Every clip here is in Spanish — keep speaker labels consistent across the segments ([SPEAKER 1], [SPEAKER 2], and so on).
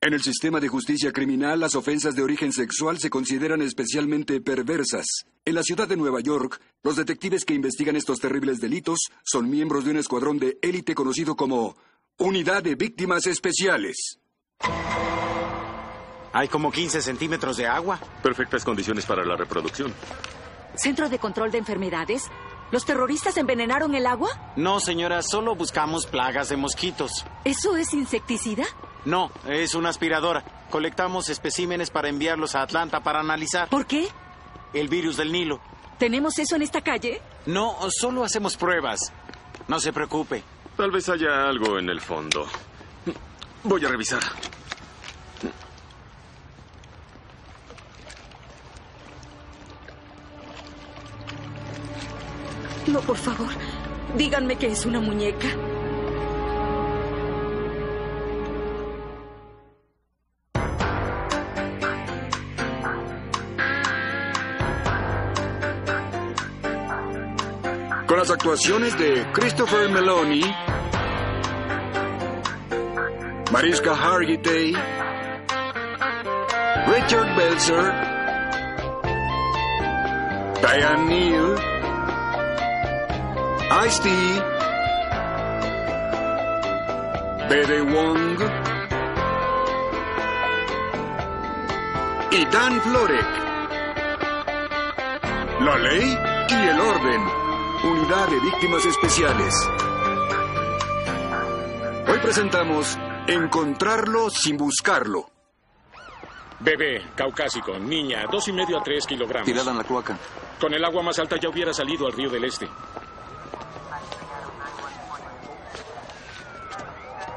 [SPEAKER 1] En el sistema de justicia criminal, las ofensas de origen sexual se consideran especialmente perversas. En la ciudad de Nueva York, los detectives que investigan estos terribles delitos son miembros de un escuadrón de élite conocido como Unidad de Víctimas Especiales.
[SPEAKER 2] Hay como 15 centímetros de agua.
[SPEAKER 3] Perfectas condiciones para la reproducción.
[SPEAKER 4] Centro de Control de Enfermedades. ¿Los terroristas envenenaron el agua?
[SPEAKER 2] No, señora, solo buscamos plagas de mosquitos.
[SPEAKER 4] ¿Eso es insecticida?
[SPEAKER 2] No, es una aspiradora. Colectamos especímenes para enviarlos a Atlanta para analizar.
[SPEAKER 4] ¿Por qué?
[SPEAKER 2] El virus del Nilo.
[SPEAKER 4] ¿Tenemos eso en esta calle?
[SPEAKER 2] No, solo hacemos pruebas. No se preocupe.
[SPEAKER 3] Tal vez haya algo en el fondo. Voy a revisar.
[SPEAKER 4] No, por favor. Díganme que es una muñeca.
[SPEAKER 1] Con las actuaciones de Christopher Meloni, Mariska Hargitay, Richard Belzer, Diane Neal, Ice-T, Bede Wong y Dan Florek. La ley y el orden. Unidad de Víctimas Especiales. Hoy presentamos Encontrarlo sin buscarlo.
[SPEAKER 5] Bebé, caucásico, niña, dos y medio a tres kilogramos.
[SPEAKER 6] Tirada en la cloaca.
[SPEAKER 5] Con el agua más alta ya hubiera salido al río del este.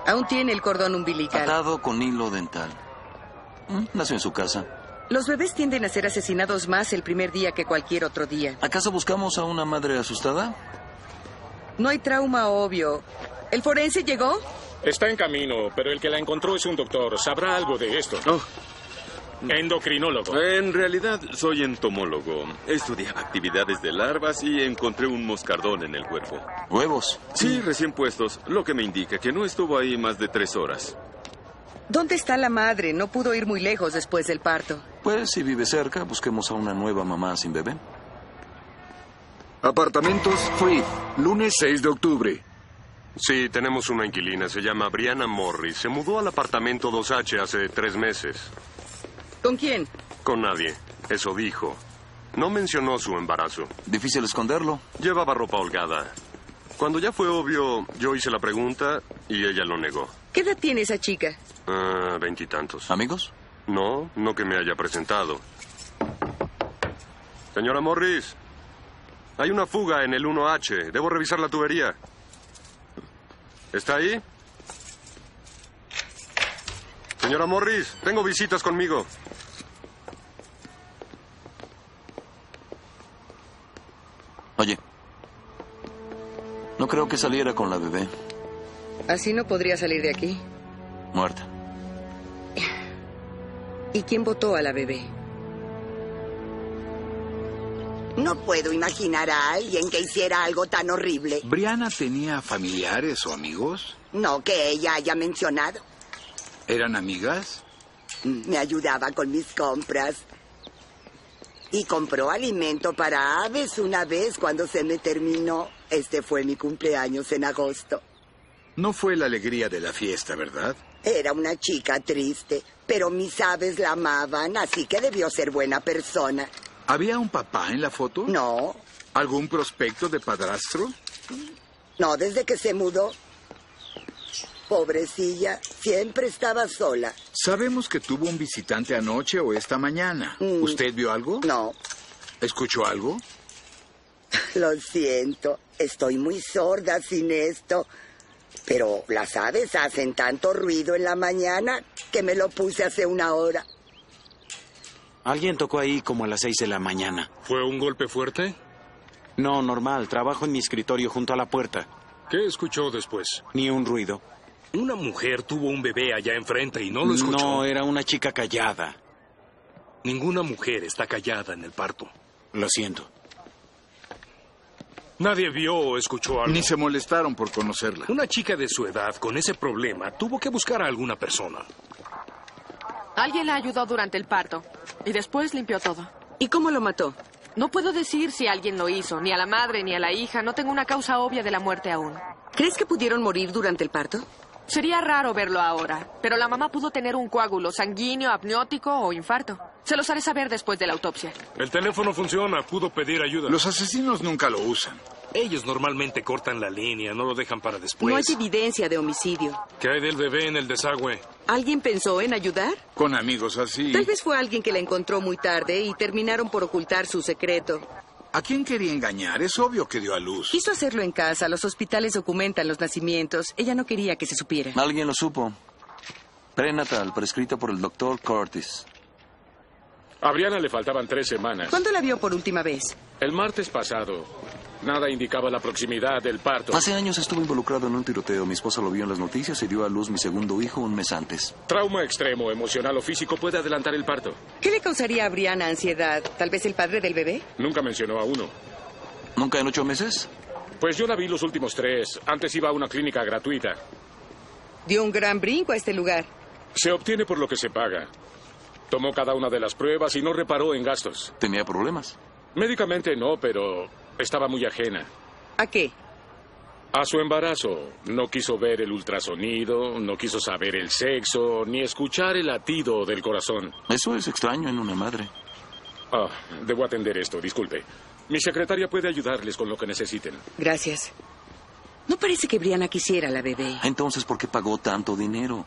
[SPEAKER 7] Aún tiene el cordón umbilical.
[SPEAKER 6] Atado con hilo dental. Mm, Nació en su casa.
[SPEAKER 7] Los bebés tienden a ser asesinados más el primer día que cualquier otro día.
[SPEAKER 6] ¿Acaso buscamos a una madre asustada?
[SPEAKER 7] No hay trauma obvio. ¿El forense llegó?
[SPEAKER 5] Está en camino, pero el que la encontró es un doctor. Sabrá algo de esto.
[SPEAKER 3] Oh.
[SPEAKER 5] Endocrinólogo.
[SPEAKER 3] En realidad, soy entomólogo. Estudié actividades de larvas y encontré un moscardón en el cuerpo.
[SPEAKER 6] Huevos.
[SPEAKER 3] Sí, recién puestos, lo que me indica que no estuvo ahí más de tres horas.
[SPEAKER 7] ¿Dónde está la madre? No pudo ir muy lejos después del parto.
[SPEAKER 6] Pues si vive cerca, busquemos a una nueva mamá sin bebé.
[SPEAKER 1] Apartamentos Free, lunes 6 de octubre.
[SPEAKER 8] Sí, tenemos una inquilina, se llama Brianna Morris. Se mudó al apartamento 2H hace tres meses.
[SPEAKER 7] ¿Con quién?
[SPEAKER 8] Con nadie, eso dijo. No mencionó su embarazo.
[SPEAKER 6] Difícil esconderlo.
[SPEAKER 8] Llevaba ropa holgada. Cuando ya fue obvio, yo hice la pregunta y ella lo negó.
[SPEAKER 7] ¿Qué edad tiene esa chica?
[SPEAKER 8] Ah, veintitantos.
[SPEAKER 6] ¿Amigos?
[SPEAKER 8] No, no que me haya presentado. Señora Morris, hay una fuga en el 1H. Debo revisar la tubería. ¿Está ahí? Señora Morris, tengo visitas conmigo.
[SPEAKER 6] Oye. No creo que saliera con la bebé.
[SPEAKER 7] Así no podría salir de aquí.
[SPEAKER 6] Muerta.
[SPEAKER 7] ¿Y quién votó a la bebé?
[SPEAKER 9] No puedo imaginar a alguien que hiciera algo tan horrible.
[SPEAKER 10] ¿Brianna tenía familiares o amigos?
[SPEAKER 9] No que ella haya mencionado.
[SPEAKER 10] ¿Eran amigas?
[SPEAKER 9] Me ayudaba con mis compras. Y compró alimento para aves una vez cuando se me terminó. Este fue mi cumpleaños en agosto.
[SPEAKER 10] No fue la alegría de la fiesta, ¿verdad?
[SPEAKER 9] Era una chica triste, pero mis aves la amaban, así que debió ser buena persona.
[SPEAKER 10] ¿Había un papá en la foto?
[SPEAKER 9] No,
[SPEAKER 10] ¿Algún prospecto de padrastro?
[SPEAKER 9] no, desde que se mudó. Pobrecilla, siempre estaba sola.
[SPEAKER 10] Sabemos que tuvo un visitante anoche o esta mañana.
[SPEAKER 9] Mm.
[SPEAKER 10] ¿Usted vio algo?
[SPEAKER 9] No,
[SPEAKER 10] ¿Escuchó algo?
[SPEAKER 9] lo siento, estoy muy sorda sin esto. Pero las aves hacen tanto ruido en la mañana que me lo puse hace una hora.
[SPEAKER 2] Alguien tocó ahí como a las seis de la mañana.
[SPEAKER 5] ¿Fue un golpe fuerte?
[SPEAKER 2] No, normal. Trabajo en mi escritorio junto a la puerta.
[SPEAKER 5] ¿Qué escuchó después?
[SPEAKER 2] Ni un ruido.
[SPEAKER 11] Una mujer tuvo un bebé allá enfrente y no lo escuchó.
[SPEAKER 2] No, era una chica callada.
[SPEAKER 11] Ninguna mujer está callada en el parto.
[SPEAKER 2] Lo siento.
[SPEAKER 11] Nadie vio o escuchó algo.
[SPEAKER 10] Ni se molestaron por conocerla.
[SPEAKER 11] Una chica de su edad con ese problema tuvo que buscar a alguna persona.
[SPEAKER 12] Alguien la ayudó durante el parto y después limpió todo. ¿Y cómo lo mató? No puedo decir si alguien lo hizo, ni a la madre ni a la hija. No tengo una causa obvia de la muerte aún.
[SPEAKER 13] ¿Crees que pudieron morir durante el parto?
[SPEAKER 12] Sería raro verlo ahora, pero la mamá pudo tener un coágulo sanguíneo, apniótico o infarto. Se los haré saber después de la autopsia.
[SPEAKER 11] El teléfono funciona, pudo pedir ayuda.
[SPEAKER 10] Los asesinos nunca lo usan.
[SPEAKER 11] Ellos normalmente cortan la línea, no lo dejan para después.
[SPEAKER 13] No hay evidencia de homicidio.
[SPEAKER 11] ¿Qué hay del bebé en el desagüe?
[SPEAKER 13] ¿Alguien pensó en ayudar?
[SPEAKER 10] Con amigos así.
[SPEAKER 13] Tal vez fue alguien que la encontró muy tarde y terminaron por ocultar su secreto.
[SPEAKER 10] ¿A quién quería engañar? Es obvio que dio a luz.
[SPEAKER 7] Quiso hacerlo en casa. Los hospitales documentan los nacimientos. Ella no quería que se supiera.
[SPEAKER 6] Alguien lo supo. Prenatal, prescrito por el doctor Curtis.
[SPEAKER 5] A Brianna le faltaban tres semanas.
[SPEAKER 7] ¿Cuándo la vio por última vez?
[SPEAKER 5] El martes pasado. Nada indicaba la proximidad del parto.
[SPEAKER 6] Hace años estuve involucrado en un tiroteo. Mi esposa lo vio en las noticias y dio a luz mi segundo hijo un mes antes.
[SPEAKER 5] Trauma extremo, emocional o físico puede adelantar el parto.
[SPEAKER 7] ¿Qué le causaría a Brianna ansiedad? ¿Tal vez el padre del bebé?
[SPEAKER 5] Nunca mencionó a uno.
[SPEAKER 6] ¿Nunca en ocho meses?
[SPEAKER 5] Pues yo la vi los últimos tres. Antes iba a una clínica gratuita.
[SPEAKER 7] Dio un gran brinco a este lugar.
[SPEAKER 5] Se obtiene por lo que se paga. Tomó cada una de las pruebas y no reparó en gastos.
[SPEAKER 6] ¿Tenía problemas?
[SPEAKER 5] Médicamente no, pero estaba muy ajena.
[SPEAKER 7] ¿A qué?
[SPEAKER 5] A su embarazo. No quiso ver el ultrasonido, no quiso saber el sexo, ni escuchar el latido del corazón.
[SPEAKER 6] Eso es extraño en una madre.
[SPEAKER 5] Ah, debo atender esto, disculpe. Mi secretaria puede ayudarles con lo que necesiten.
[SPEAKER 7] Gracias. No parece que Brianna quisiera la bebé.
[SPEAKER 6] Entonces, ¿por qué pagó tanto dinero?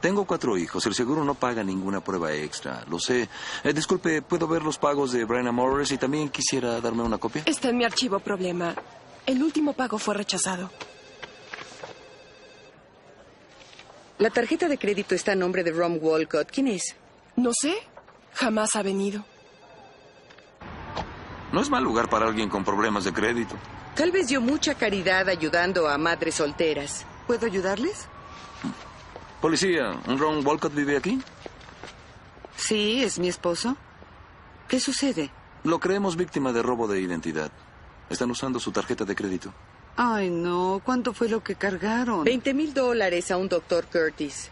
[SPEAKER 6] Tengo cuatro hijos. El seguro no paga ninguna prueba extra. Lo sé. Eh, disculpe, ¿puedo ver los pagos de Brenna Morris y también quisiera darme una copia?
[SPEAKER 14] Está en mi archivo problema. El último pago fue rechazado.
[SPEAKER 7] La tarjeta de crédito está a nombre de Rom Walcott. ¿Quién es?
[SPEAKER 14] No sé. Jamás ha venido.
[SPEAKER 6] No es mal lugar para alguien con problemas de crédito.
[SPEAKER 7] Tal vez dio mucha caridad ayudando a madres solteras. ¿Puedo ayudarles?
[SPEAKER 6] Policía, ¿Ron Walcott vive aquí?
[SPEAKER 15] Sí, es mi esposo. ¿Qué sucede?
[SPEAKER 6] Lo creemos víctima de robo de identidad. Están usando su tarjeta de crédito.
[SPEAKER 15] Ay, no. ¿Cuánto fue lo que cargaron?
[SPEAKER 7] Veinte mil dólares a un doctor Curtis.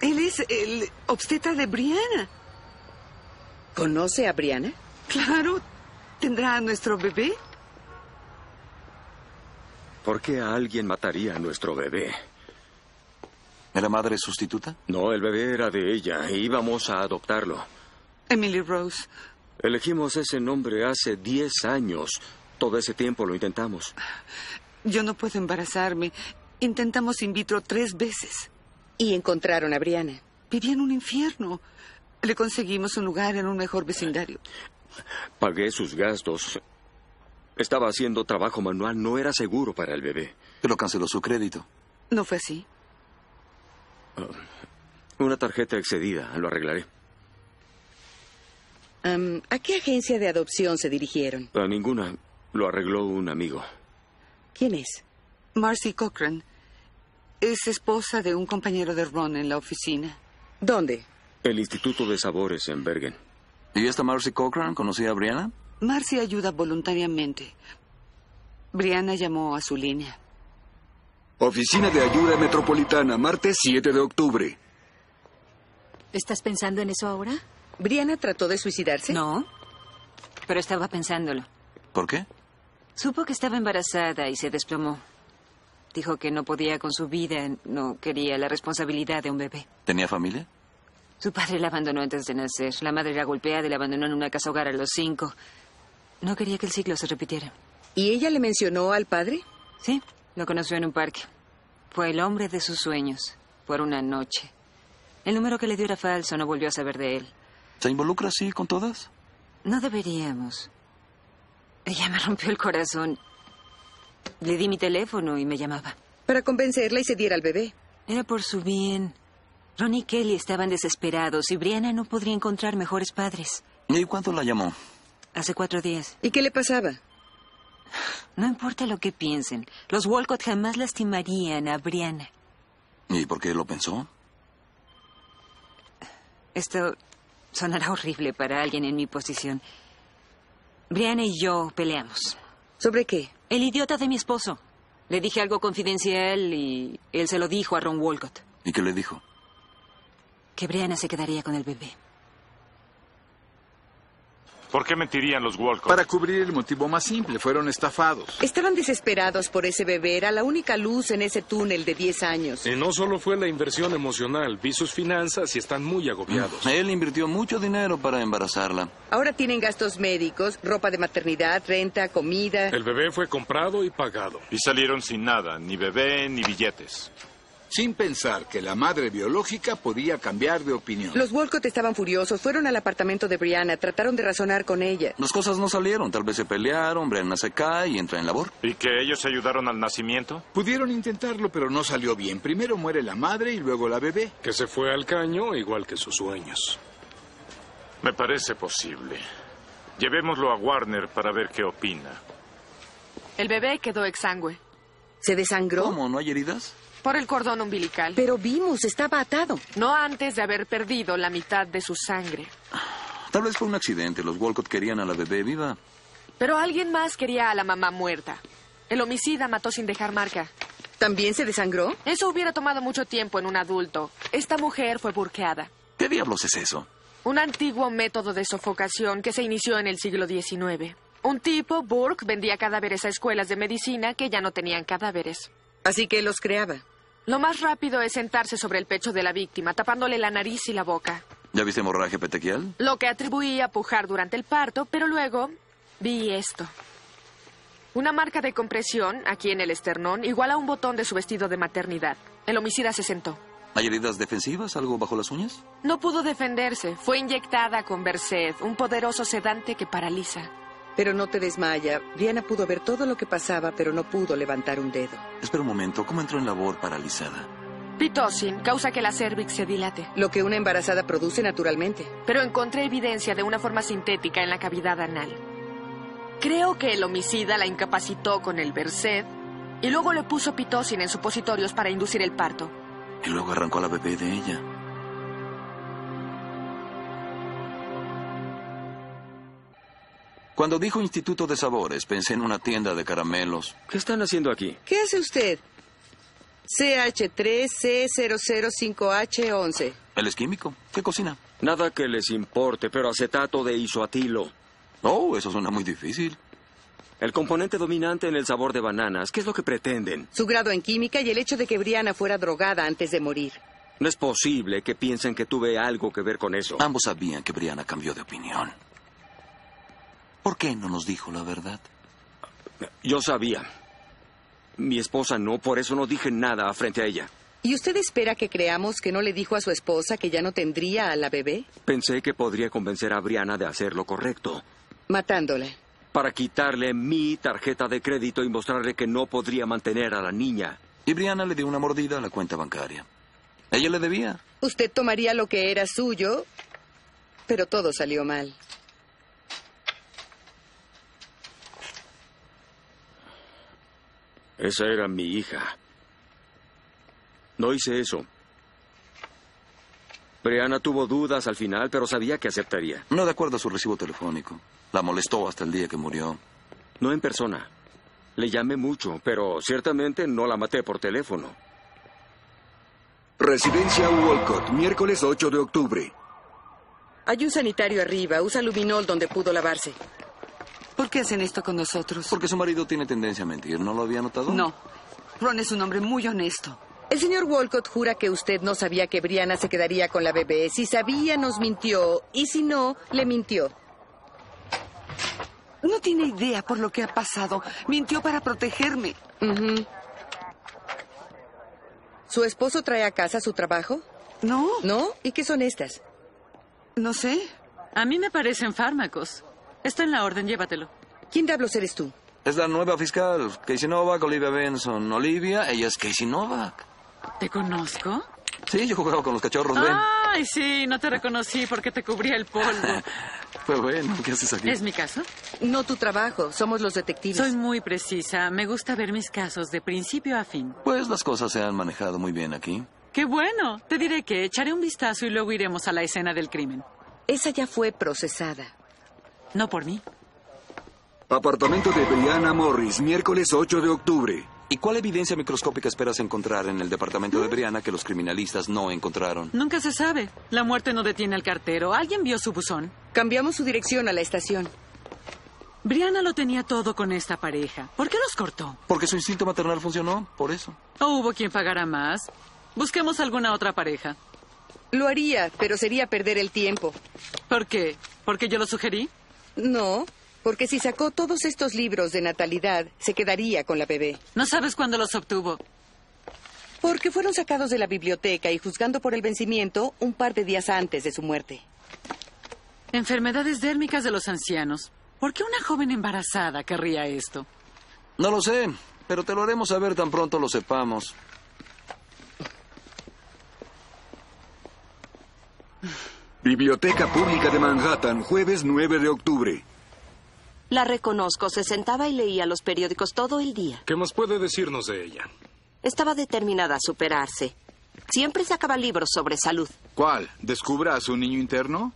[SPEAKER 15] Él es el obstetra de Brianna.
[SPEAKER 7] ¿Conoce a Brianna?
[SPEAKER 15] Claro. ¿Tendrá a nuestro bebé?
[SPEAKER 16] ¿Por qué a alguien mataría a nuestro bebé?
[SPEAKER 6] ¿Era madre sustituta?
[SPEAKER 16] No, el bebé era de ella e íbamos a adoptarlo.
[SPEAKER 15] Emily Rose.
[SPEAKER 16] Elegimos ese nombre hace 10 años. Todo ese tiempo lo intentamos.
[SPEAKER 15] Yo no puedo embarazarme. Intentamos in vitro tres veces.
[SPEAKER 7] Y encontraron a Brianna.
[SPEAKER 15] Vivía en un infierno. Le conseguimos un lugar en un mejor vecindario.
[SPEAKER 16] Pagué sus gastos. Estaba haciendo trabajo manual. No era seguro para el bebé.
[SPEAKER 6] Pero canceló su crédito.
[SPEAKER 15] No fue así.
[SPEAKER 16] Ah, Una tarjeta excedida, lo arreglaré.
[SPEAKER 7] Um, ¿A qué agencia de adopción se dirigieron?
[SPEAKER 16] A Ah, ninguna. Lo arregló un amigo.
[SPEAKER 7] ¿Quién es?
[SPEAKER 15] Marcy Cochran. Es esposa de un compañero de Ron en la oficina.
[SPEAKER 7] ¿Dónde?
[SPEAKER 16] El Instituto de Sabores en Bergen.
[SPEAKER 6] ¿Y esta Marcy Cochran conocía a Brianna?
[SPEAKER 15] Marcy ayuda voluntariamente. Brianna llamó a su línea.
[SPEAKER 1] Oficina de Ayuda Metropolitana, martes 7 de octubre.
[SPEAKER 13] ¿Estás pensando en eso ahora?
[SPEAKER 7] ¿Brianna trató de suicidarse?
[SPEAKER 13] No, pero estaba pensándolo.
[SPEAKER 6] ¿Por qué?
[SPEAKER 13] Supo que estaba embarazada y se desplomó. Dijo que no podía con su vida, no quería la responsabilidad de un bebé.
[SPEAKER 6] ¿Tenía familia?
[SPEAKER 13] Su padre la abandonó antes de nacer. La madre la golpeada y la abandonó en una casa hogar a los cinco. No quería que el ciclo se repitiera.
[SPEAKER 7] ¿Y ella le mencionó al padre?
[SPEAKER 13] Sí, lo conoció en un parque. Fue el hombre de sus sueños, por una noche. El número que le dio era falso, no volvió a saber de él.
[SPEAKER 6] ¿Se involucra así con todas?
[SPEAKER 13] No deberíamos. Ella me rompió el corazón. Le di mi teléfono y me llamaba.
[SPEAKER 7] Para convencerla y se diera al bebé.
[SPEAKER 13] Era por su bien. Ron y Kelly estaban desesperados y Brianna no podría encontrar mejores padres.
[SPEAKER 6] ¿Y cuándo la llamó?
[SPEAKER 13] Hace cuatro días.
[SPEAKER 7] ¿Y qué le pasaba?
[SPEAKER 13] No importa lo que piensen, los Walcott jamás lastimarían a Brianna.
[SPEAKER 6] ¿Y por qué lo pensó?
[SPEAKER 13] Esto sonará horrible para alguien en mi posición. Brianna y yo peleamos.
[SPEAKER 7] ¿Sobre qué?
[SPEAKER 13] El idiota de mi esposo. Le dije algo confidencial y él se lo dijo a Ron Walcott.
[SPEAKER 6] ¿Y qué le dijo?
[SPEAKER 13] que Brianna se quedaría con el bebé.
[SPEAKER 8] ¿Por qué mentirían los Walcott?
[SPEAKER 10] Para cubrir el motivo más simple, fueron estafados.
[SPEAKER 7] Estaban desesperados por ese bebé, era la única luz en ese túnel de 10 años.
[SPEAKER 11] Y Eh, no solo fue la inversión emocional, vi sus finanzas y están muy agobiados.
[SPEAKER 6] Él invirtió mucho dinero para embarazarla.
[SPEAKER 7] Ahora tienen gastos médicos, ropa de maternidad, renta, comida.
[SPEAKER 11] El bebé fue comprado y pagado.
[SPEAKER 8] Y salieron sin nada, ni bebé ni billetes.
[SPEAKER 10] Sin pensar que la madre biológica podía cambiar de opinión.
[SPEAKER 7] Los Wolcott estaban furiosos, fueron al apartamento de Brianna, trataron de razonar con ella.
[SPEAKER 6] Las cosas no salieron, tal vez se pelearon, Brianna se cae y entra en labor.
[SPEAKER 8] ¿Y que ellos ayudaron al nacimiento?
[SPEAKER 10] Pudieron intentarlo, pero no salió bien. Primero muere la madre y luego la bebé.
[SPEAKER 11] Que se fue al caño, igual que sus sueños.
[SPEAKER 8] Me parece posible. Llevémoslo a Warner para ver qué opina.
[SPEAKER 12] El bebé quedó exangüe.
[SPEAKER 7] ¿Se desangró?
[SPEAKER 6] ¿Cómo? ¿No hay heridas?
[SPEAKER 12] Por el cordón umbilical.
[SPEAKER 7] Pero vimos, estaba atado.
[SPEAKER 12] No antes de haber perdido la mitad de su sangre.
[SPEAKER 6] Tal vez fue un accidente. Los Walcott querían a la bebé viva.
[SPEAKER 12] Pero alguien más quería a la mamá muerta. El homicida mató sin dejar marca.
[SPEAKER 7] ¿También se desangró?
[SPEAKER 12] Eso hubiera tomado mucho tiempo en un adulto. Esta mujer fue burqueada.
[SPEAKER 6] ¿Qué diablos es eso?
[SPEAKER 12] Un antiguo método de sofocación que se inició en el siglo XIX. Un tipo, Burke, vendía cadáveres a escuelas de medicina que ya no tenían cadáveres.
[SPEAKER 7] Así que los creaba.
[SPEAKER 12] Lo más rápido es sentarse sobre el pecho de la víctima, tapándole la nariz y la boca.
[SPEAKER 6] ¿Ya viste hemorragia petequial?
[SPEAKER 12] Lo que atribuía a pujar durante el parto, pero luego vi esto. Una marca de compresión, aquí en el esternón, igual a un botón de su vestido de maternidad. El homicida se sentó.
[SPEAKER 6] ¿Hay heridas defensivas? ¿Algo bajo las uñas?
[SPEAKER 12] No pudo defenderse. Fue inyectada con Versed, un poderoso sedante que paraliza.
[SPEAKER 7] Pero no te desmaya. Diana pudo ver todo lo que pasaba, pero no pudo levantar un dedo.
[SPEAKER 6] Espera un momento, ¿cómo entró en labor paralizada?
[SPEAKER 12] Pitocin causa que la cervix se dilate.
[SPEAKER 7] Lo que una embarazada produce naturalmente.
[SPEAKER 12] Pero encontré evidencia de una forma sintética en la cavidad anal. Creo que el homicida la incapacitó con el Versed y luego le puso pitocin en supositorios para inducir el parto.
[SPEAKER 6] Y luego arrancó a la bebé de ella. Cuando dijo Instituto de Sabores, pensé en una tienda de caramelos.
[SPEAKER 16] ¿Qué están haciendo aquí?
[SPEAKER 7] ¿Qué hace usted? CH3C005H11.
[SPEAKER 6] Él es químico. ¿Qué cocina?
[SPEAKER 16] Nada que les importe, pero acetato de isoatilo.
[SPEAKER 6] Oh, eso suena muy difícil.
[SPEAKER 16] El componente dominante en el sabor de bananas. ¿Qué es lo que pretenden?
[SPEAKER 7] Su grado en química y el hecho de que Brianna fuera drogada antes de morir.
[SPEAKER 16] No es posible que piensen que tuve algo que ver con eso.
[SPEAKER 6] Ambos sabían que Brianna cambió de opinión. ¿Por qué no nos dijo la verdad?
[SPEAKER 16] Yo sabía. Mi esposa no, por eso no dije nada frente a ella.
[SPEAKER 7] ¿Y usted espera que creamos que no le dijo a su esposa que ya no tendría a la bebé?
[SPEAKER 16] Pensé que podría convencer a Brianna de hacer lo correcto.
[SPEAKER 7] Matándola.
[SPEAKER 16] Para quitarle mi tarjeta de crédito y mostrarle que no podría mantener a la niña.
[SPEAKER 6] Y Brianna le dio una mordida a la cuenta bancaria. Ella le debía.
[SPEAKER 7] Usted tomaría lo que era suyo, pero todo salió mal.
[SPEAKER 16] Esa era mi hija. No hice eso. Brianna tuvo dudas al final, pero sabía que aceptaría.
[SPEAKER 6] No de acuerdo a su recibo telefónico. La molestó hasta el día que murió.
[SPEAKER 16] No en persona. Le llamé mucho, pero ciertamente no la maté por teléfono.
[SPEAKER 1] Residencia Walcott, miércoles 8 de octubre.
[SPEAKER 7] Hay un sanitario arriba. Usa luminol donde pudo lavarse.
[SPEAKER 12] ¿Por qué hacen esto con nosotros?
[SPEAKER 6] Porque su marido tiene tendencia a mentir. ¿No lo había notado?
[SPEAKER 7] No. Ron es un hombre muy honesto. El señor Walcott jura que usted no sabía que Brianna se quedaría con la bebé. Si sabía, nos mintió. Y si no, le mintió.
[SPEAKER 17] No tiene idea por lo que ha pasado. Mintió para protegerme.
[SPEAKER 7] Uh -huh. ¿Su esposo trae a casa su trabajo?
[SPEAKER 17] No.
[SPEAKER 7] ¿No? ¿Y qué son estas?
[SPEAKER 17] No sé.
[SPEAKER 18] A mí me parecen fármacos. Está en la orden, llévatelo.
[SPEAKER 7] ¿Quién diablos eres tú?
[SPEAKER 6] Es la nueva fiscal, Casey Novak, Olivia Benson. Olivia, ella es Casey Novak.
[SPEAKER 18] ¿Te conozco?
[SPEAKER 6] Sí, yo jugaba con los cachorros,
[SPEAKER 18] Ay, Ay, sí, no te reconocí porque te cubría el polvo.
[SPEAKER 6] Pues bueno, ¿qué haces aquí?
[SPEAKER 18] ¿Es mi caso?
[SPEAKER 7] No tu trabajo, somos los detectives.
[SPEAKER 18] Soy muy precisa, me gusta ver mis casos de principio a fin.
[SPEAKER 6] Pues las cosas se han manejado muy bien aquí.
[SPEAKER 18] Qué bueno, te diré que echaré un vistazo y luego iremos a la escena del crimen.
[SPEAKER 7] Esa ya fue procesada.
[SPEAKER 18] No por mí.
[SPEAKER 1] Apartamento de Brianna Morris, miércoles 8 de octubre.
[SPEAKER 6] ¿Y cuál evidencia microscópica esperas encontrar en el departamento de Briana que los criminalistas no encontraron?
[SPEAKER 18] Nunca se sabe. La muerte no detiene al cartero. Alguien vio su buzón.
[SPEAKER 7] Cambiamos su dirección a la estación.
[SPEAKER 18] Brianna lo tenía todo con esta pareja. ¿Por qué los cortó?
[SPEAKER 6] Porque su instinto maternal funcionó, por eso.
[SPEAKER 18] ¿O hubo quien pagara más? Busquemos alguna otra pareja.
[SPEAKER 7] Lo haría, pero sería perder el tiempo.
[SPEAKER 18] ¿Por qué? ¿Porque yo lo sugerí?
[SPEAKER 7] No, porque si sacó todos estos libros de natalidad, se quedaría con la bebé.
[SPEAKER 18] No sabes cuándo los obtuvo.
[SPEAKER 7] Porque fueron sacados de la biblioteca y juzgando por el vencimiento un par de días antes de su muerte.
[SPEAKER 18] Enfermedades dérmicas de los ancianos. ¿Por qué una joven embarazada querría esto?
[SPEAKER 6] No lo sé, pero te lo haremos saber tan pronto lo sepamos.
[SPEAKER 1] Biblioteca Pública de Manhattan, jueves 9 de octubre.
[SPEAKER 19] La reconozco, se sentaba y leía los periódicos todo el día.
[SPEAKER 11] ¿Qué más puede decirnos de ella?
[SPEAKER 19] Estaba determinada a superarse. Siempre sacaba libros sobre salud.
[SPEAKER 10] ¿Cuál? ¿Descubra a su niño interno?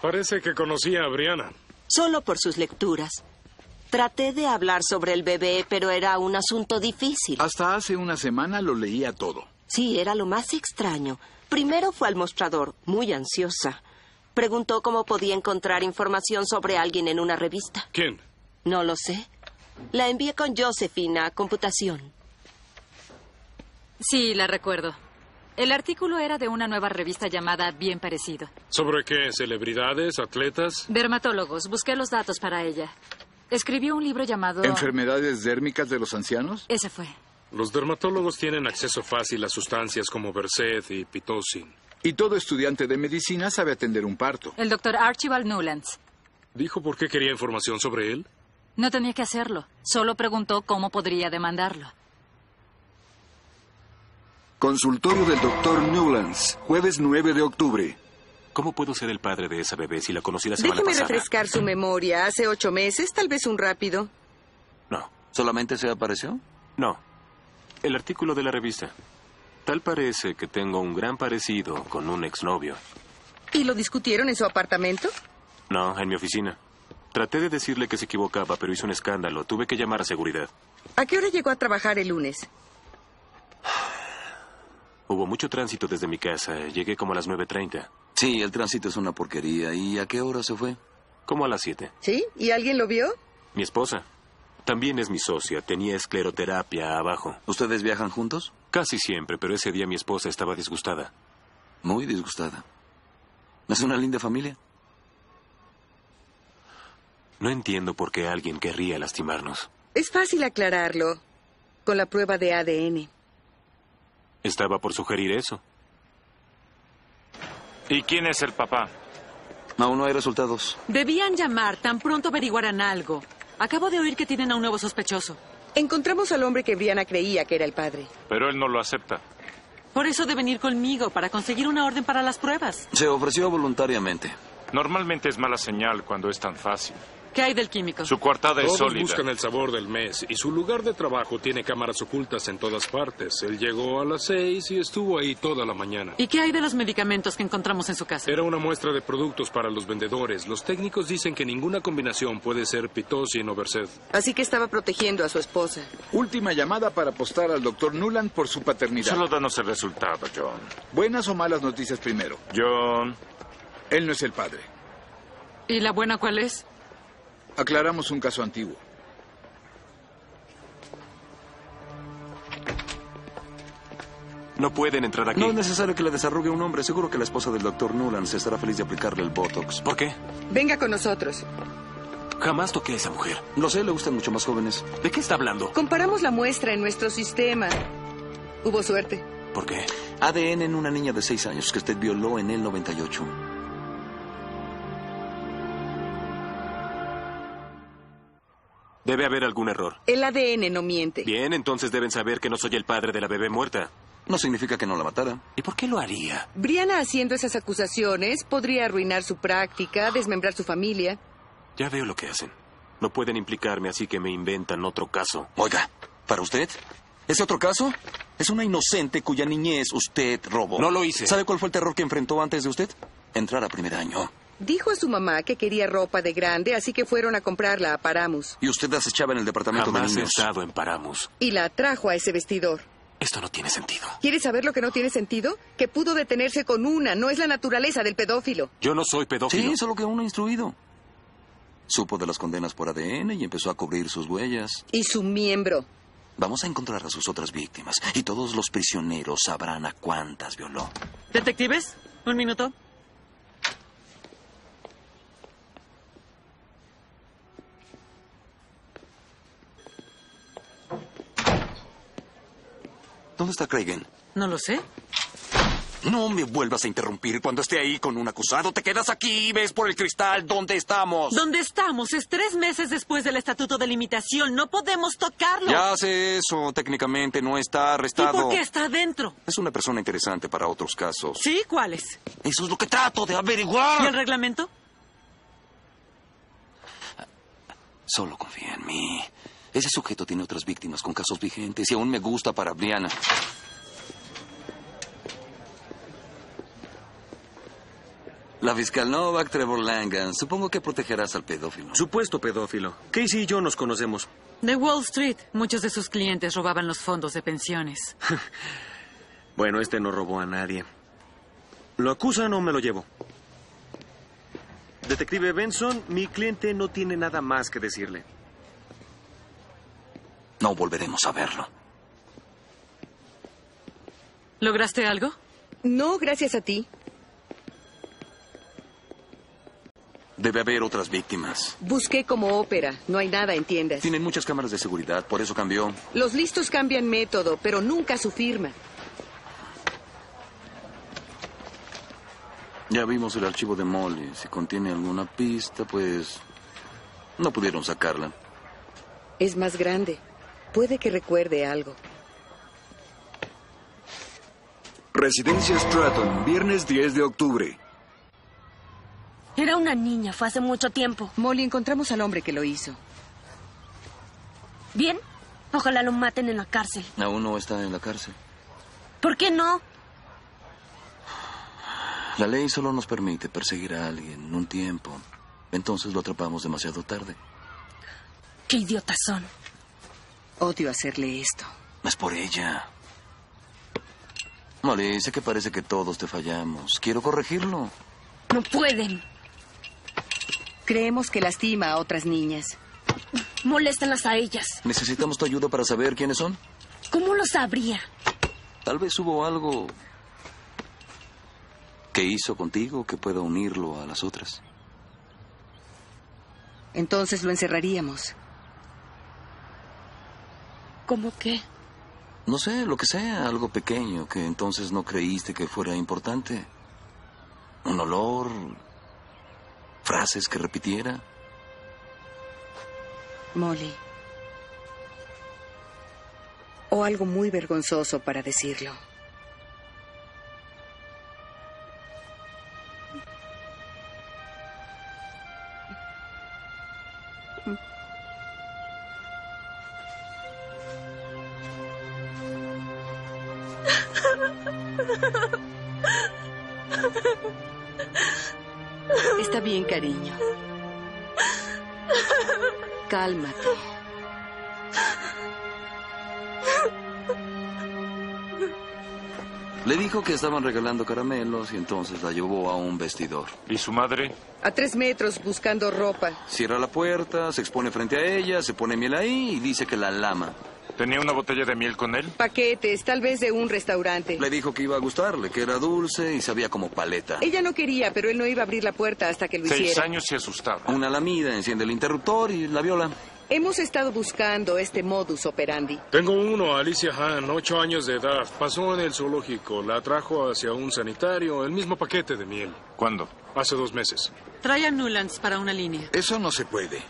[SPEAKER 11] Parece que conocía a Brianna.
[SPEAKER 19] Solo por sus lecturas. Traté de hablar sobre el bebé, pero era un asunto difícil.
[SPEAKER 10] Hasta hace una semana lo leía todo.
[SPEAKER 19] Sí, era lo más extraño. Primero fue al mostrador, muy ansiosa. Preguntó cómo podía encontrar información sobre alguien en una revista.
[SPEAKER 11] ¿Quién?
[SPEAKER 19] No lo sé. La envié con Josefina a computación.
[SPEAKER 4] Sí, la recuerdo. El artículo era de una nueva revista llamada Bien Parecido.
[SPEAKER 11] ¿Sobre qué? ¿Celebridades? ¿Atletas?
[SPEAKER 4] Dermatólogos. Busqué los datos para ella. Escribió un libro llamado...
[SPEAKER 10] ¿Enfermedades dérmicas de los ancianos?
[SPEAKER 4] Ese fue.
[SPEAKER 11] Los dermatólogos tienen acceso fácil a sustancias como Versed y Pitocin.
[SPEAKER 10] Y todo estudiante de medicina sabe atender un parto.
[SPEAKER 4] El doctor Archibald Newlands.
[SPEAKER 11] ¿Dijo por qué quería información sobre él?
[SPEAKER 4] No tenía que hacerlo. Solo preguntó cómo podría demandarlo.
[SPEAKER 1] Consultorio del doctor Newlands, jueves 9 de octubre.
[SPEAKER 20] ¿Cómo puedo ser el padre de esa bebé si la conocí la semana
[SPEAKER 7] Déjeme
[SPEAKER 20] pasada?
[SPEAKER 7] refrescar su memoria. Hace ocho meses, tal vez un rápido.
[SPEAKER 20] No,
[SPEAKER 6] ¿Solamente se apareció?
[SPEAKER 20] no. El artículo de la revista. Tal parece que tengo un gran parecido con un exnovio.
[SPEAKER 7] ¿Y lo discutieron en su apartamento?
[SPEAKER 20] No, en mi oficina. Traté de decirle que se equivocaba, pero hizo un escándalo. Tuve que llamar a seguridad.
[SPEAKER 7] ¿A qué hora llegó a trabajar el lunes?
[SPEAKER 20] Hubo mucho tránsito desde mi casa. Llegué como a las 9.30.
[SPEAKER 6] Sí, el tránsito es una porquería. ¿Y a qué hora se fue?
[SPEAKER 20] Como a las 7.
[SPEAKER 7] ¿Sí? ¿Y alguien lo vio?
[SPEAKER 20] Mi esposa. También es mi socia. Tenía escleroterapia abajo.
[SPEAKER 6] ¿Ustedes viajan juntos?
[SPEAKER 20] Casi siempre, pero ese día mi esposa estaba disgustada.
[SPEAKER 6] Muy disgustada. Es una linda familia.
[SPEAKER 20] No entiendo por qué alguien querría lastimarnos.
[SPEAKER 7] Es fácil aclararlo con la prueba de ADN.
[SPEAKER 20] Estaba por sugerir eso.
[SPEAKER 8] ¿Y quién es el papá?
[SPEAKER 6] Aún no hay resultados.
[SPEAKER 18] Debían llamar, tan pronto averiguarán algo. Acabo de oír que tienen a un nuevo sospechoso.
[SPEAKER 7] Encontramos al hombre que Brianna creía que era el padre.
[SPEAKER 8] Pero él no lo acepta.
[SPEAKER 18] Por eso deben ir conmigo, para conseguir una orden para las pruebas.
[SPEAKER 6] Se ofreció voluntariamente.
[SPEAKER 8] Normalmente es mala señal cuando es tan fácil.
[SPEAKER 18] ¿Qué hay del químico?
[SPEAKER 8] Su coartada es
[SPEAKER 11] Todos
[SPEAKER 8] sólida.
[SPEAKER 11] buscan el sabor del mes y su lugar de trabajo tiene cámaras ocultas en todas partes. Él llegó a las seis y estuvo ahí toda la mañana.
[SPEAKER 18] ¿Y qué hay de los medicamentos que encontramos en su casa?
[SPEAKER 11] Era una muestra de productos para los vendedores. Los técnicos dicen que ninguna combinación puede ser pitocin o versed.
[SPEAKER 7] Así que estaba protegiendo a su esposa.
[SPEAKER 10] Última llamada para apostar al doctor Nuland por su paternidad.
[SPEAKER 8] Solo danos el resultado, John.
[SPEAKER 10] ¿Buenas o malas noticias primero?
[SPEAKER 8] John.
[SPEAKER 10] Él no es el padre.
[SPEAKER 18] ¿Y la buena cuál es?
[SPEAKER 10] Aclaramos un caso antiguo.
[SPEAKER 20] No pueden entrar aquí.
[SPEAKER 6] No es necesario que le desarrugue un hombre. Seguro que la esposa del doctor Nuland se estará feliz de aplicarle el Botox.
[SPEAKER 20] ¿Por qué?
[SPEAKER 7] Venga con nosotros.
[SPEAKER 20] Jamás toqué a esa mujer.
[SPEAKER 6] Lo sé, le gustan mucho más jóvenes.
[SPEAKER 20] ¿De qué está hablando?
[SPEAKER 7] Comparamos la muestra en nuestro sistema. Hubo suerte.
[SPEAKER 20] ¿Por qué?
[SPEAKER 6] ADN en una niña de 6 años que usted violó en el 98.
[SPEAKER 20] Debe haber algún error.
[SPEAKER 7] El ADN no miente.
[SPEAKER 20] Bien, entonces deben saber que no soy el padre de la bebé muerta.
[SPEAKER 6] No significa que no la matara.
[SPEAKER 20] ¿Y por qué lo haría?
[SPEAKER 7] Brianna haciendo esas acusaciones podría arruinar su práctica, desmembrar su familia.
[SPEAKER 20] Ya veo lo que hacen. No pueden implicarme, así que me inventan otro caso.
[SPEAKER 6] Oiga, ¿para usted? ¿Ese otro caso? Es una inocente cuya niñez usted robó.
[SPEAKER 20] No lo hice.
[SPEAKER 6] ¿Sabe cuál fue el terror que enfrentó antes de usted? Entrar a primer año.
[SPEAKER 7] Dijo a su mamá que quería ropa de grande, así que fueron a comprarla a Paramus.
[SPEAKER 6] Y usted acechaba en el departamento
[SPEAKER 21] Jamás he
[SPEAKER 6] de niños.
[SPEAKER 21] estado en Paramus.
[SPEAKER 7] Y la atrajo a ese vestidor.
[SPEAKER 21] Esto no tiene sentido.
[SPEAKER 7] ¿Quieres saber lo que no tiene sentido? Que pudo detenerse con una, no es la naturaleza del pedófilo.
[SPEAKER 21] Yo no soy pedófilo.
[SPEAKER 6] Sí, solo que uno instruido. Supo de las condenas por ADN y empezó a cubrir sus huellas.
[SPEAKER 7] Y su miembro.
[SPEAKER 6] Vamos a encontrar a sus otras víctimas y todos los prisioneros sabrán a cuántas violó.
[SPEAKER 18] ¿Detectives? Un minuto.
[SPEAKER 6] ¿Dónde está Cragen?
[SPEAKER 18] No lo sé.
[SPEAKER 6] No me vuelvas a interrumpir. Cuando esté ahí con un acusado, te quedas aquí y ves por el cristal dónde estamos.
[SPEAKER 18] ¿Dónde estamos? Es tres meses después del Estatuto de Limitación. No podemos tocarlo.
[SPEAKER 6] Ya hace eso. Técnicamente no está
[SPEAKER 18] ¿Y
[SPEAKER 6] arrestado.
[SPEAKER 18] por qué está adentro?
[SPEAKER 6] Es una persona interesante para otros casos.
[SPEAKER 18] ¿Sí? ¿Cuáles?
[SPEAKER 6] Eso es lo que trato de averiguar.
[SPEAKER 18] ¿Y el reglamento?
[SPEAKER 6] Solo confía en mí. Ese sujeto tiene otras víctimas con casos vigentes y aún me gusta para Brianna. La fiscal Novak Trevor Langan. Supongo que protegerás al pedófilo.
[SPEAKER 22] Supuesto pedófilo. Casey y yo nos conocemos.
[SPEAKER 18] De Wall Street. Muchos de sus clientes robaban los fondos de pensiones.
[SPEAKER 22] Bueno, este no robó a nadie. ¿Lo acusan o me lo llevo? Detective Benson, mi cliente no tiene nada más que decirle.
[SPEAKER 6] No volveremos a verlo.
[SPEAKER 18] ¿Lograste algo?
[SPEAKER 7] No, gracias a ti.
[SPEAKER 6] Debe haber otras víctimas.
[SPEAKER 7] Busqué como ópera. No hay nada en tiendas.
[SPEAKER 6] Tienen muchas cámaras de seguridad, por eso cambió.
[SPEAKER 7] Los listos cambian método, pero nunca su firma.
[SPEAKER 6] Ya vimos el archivo de Molly. Si contiene alguna pista, pues... No pudieron sacarla.
[SPEAKER 7] Es más grande. Puede que recuerde algo.
[SPEAKER 1] Residencia Stratton, viernes 10 de octubre.
[SPEAKER 12] Era una niña, fue hace mucho tiempo.
[SPEAKER 7] Molly, encontramos al hombre que lo hizo.
[SPEAKER 12] ¿Bien? Ojalá lo maten en la cárcel.
[SPEAKER 6] Aún no está en la cárcel.
[SPEAKER 12] ¿Por qué no?
[SPEAKER 6] La ley solo nos permite perseguir a alguien un tiempo. Entonces lo atrapamos demasiado tarde.
[SPEAKER 12] Qué idiotas son.
[SPEAKER 7] Odio hacerle esto.
[SPEAKER 6] Es por ella. Molly, sé que parece que todos te fallamos. Quiero corregirlo.
[SPEAKER 12] No pueden.
[SPEAKER 7] Creemos que lastima a otras niñas.
[SPEAKER 12] Moléstenlas a ellas.
[SPEAKER 6] Necesitamos tu ayuda para saber quiénes son.
[SPEAKER 12] ¿Cómo lo sabría?
[SPEAKER 6] Tal vez hubo algo que hizo contigo que pueda unirlo a las otras.
[SPEAKER 7] Entonces lo encerraríamos.
[SPEAKER 12] ¿Cómo qué?
[SPEAKER 6] No sé, lo que sea, algo pequeño que entonces no creíste que fuera importante. Un olor, frases que repitiera.
[SPEAKER 7] Molly. O algo muy vergonzoso para decirlo. Está bien, cariño. Cálmate.
[SPEAKER 6] Le dijo que estaban regalando caramelos y entonces la llevó a un vestidor.
[SPEAKER 8] ¿Y su madre?
[SPEAKER 7] A tres metros buscando ropa.
[SPEAKER 6] Cierra la puerta, se expone frente a ella, se pone miel ahí y dice que la lama.
[SPEAKER 8] ¿Tenía una botella de miel con él?
[SPEAKER 7] Paquetes, tal vez de un restaurante.
[SPEAKER 6] Le dijo que iba a gustarle, que era dulce y sabía como paleta.
[SPEAKER 7] Ella no quería, pero él no iba a abrir la puerta hasta que lo
[SPEAKER 8] Seis
[SPEAKER 7] hiciera.
[SPEAKER 8] años se asustaba.
[SPEAKER 6] Una lamida, enciende el interruptor y la viola.
[SPEAKER 7] Hemos estado buscando este modus operandi.
[SPEAKER 11] Tengo uno, Alicia Hahn, ocho años de edad. Pasó en el zoológico. La trajo hacia un sanitario, el mismo paquete de miel.
[SPEAKER 8] ¿Cuándo?
[SPEAKER 11] Hace dos meses.
[SPEAKER 18] Trae a Nulans para una línea.
[SPEAKER 23] Eso no se puede.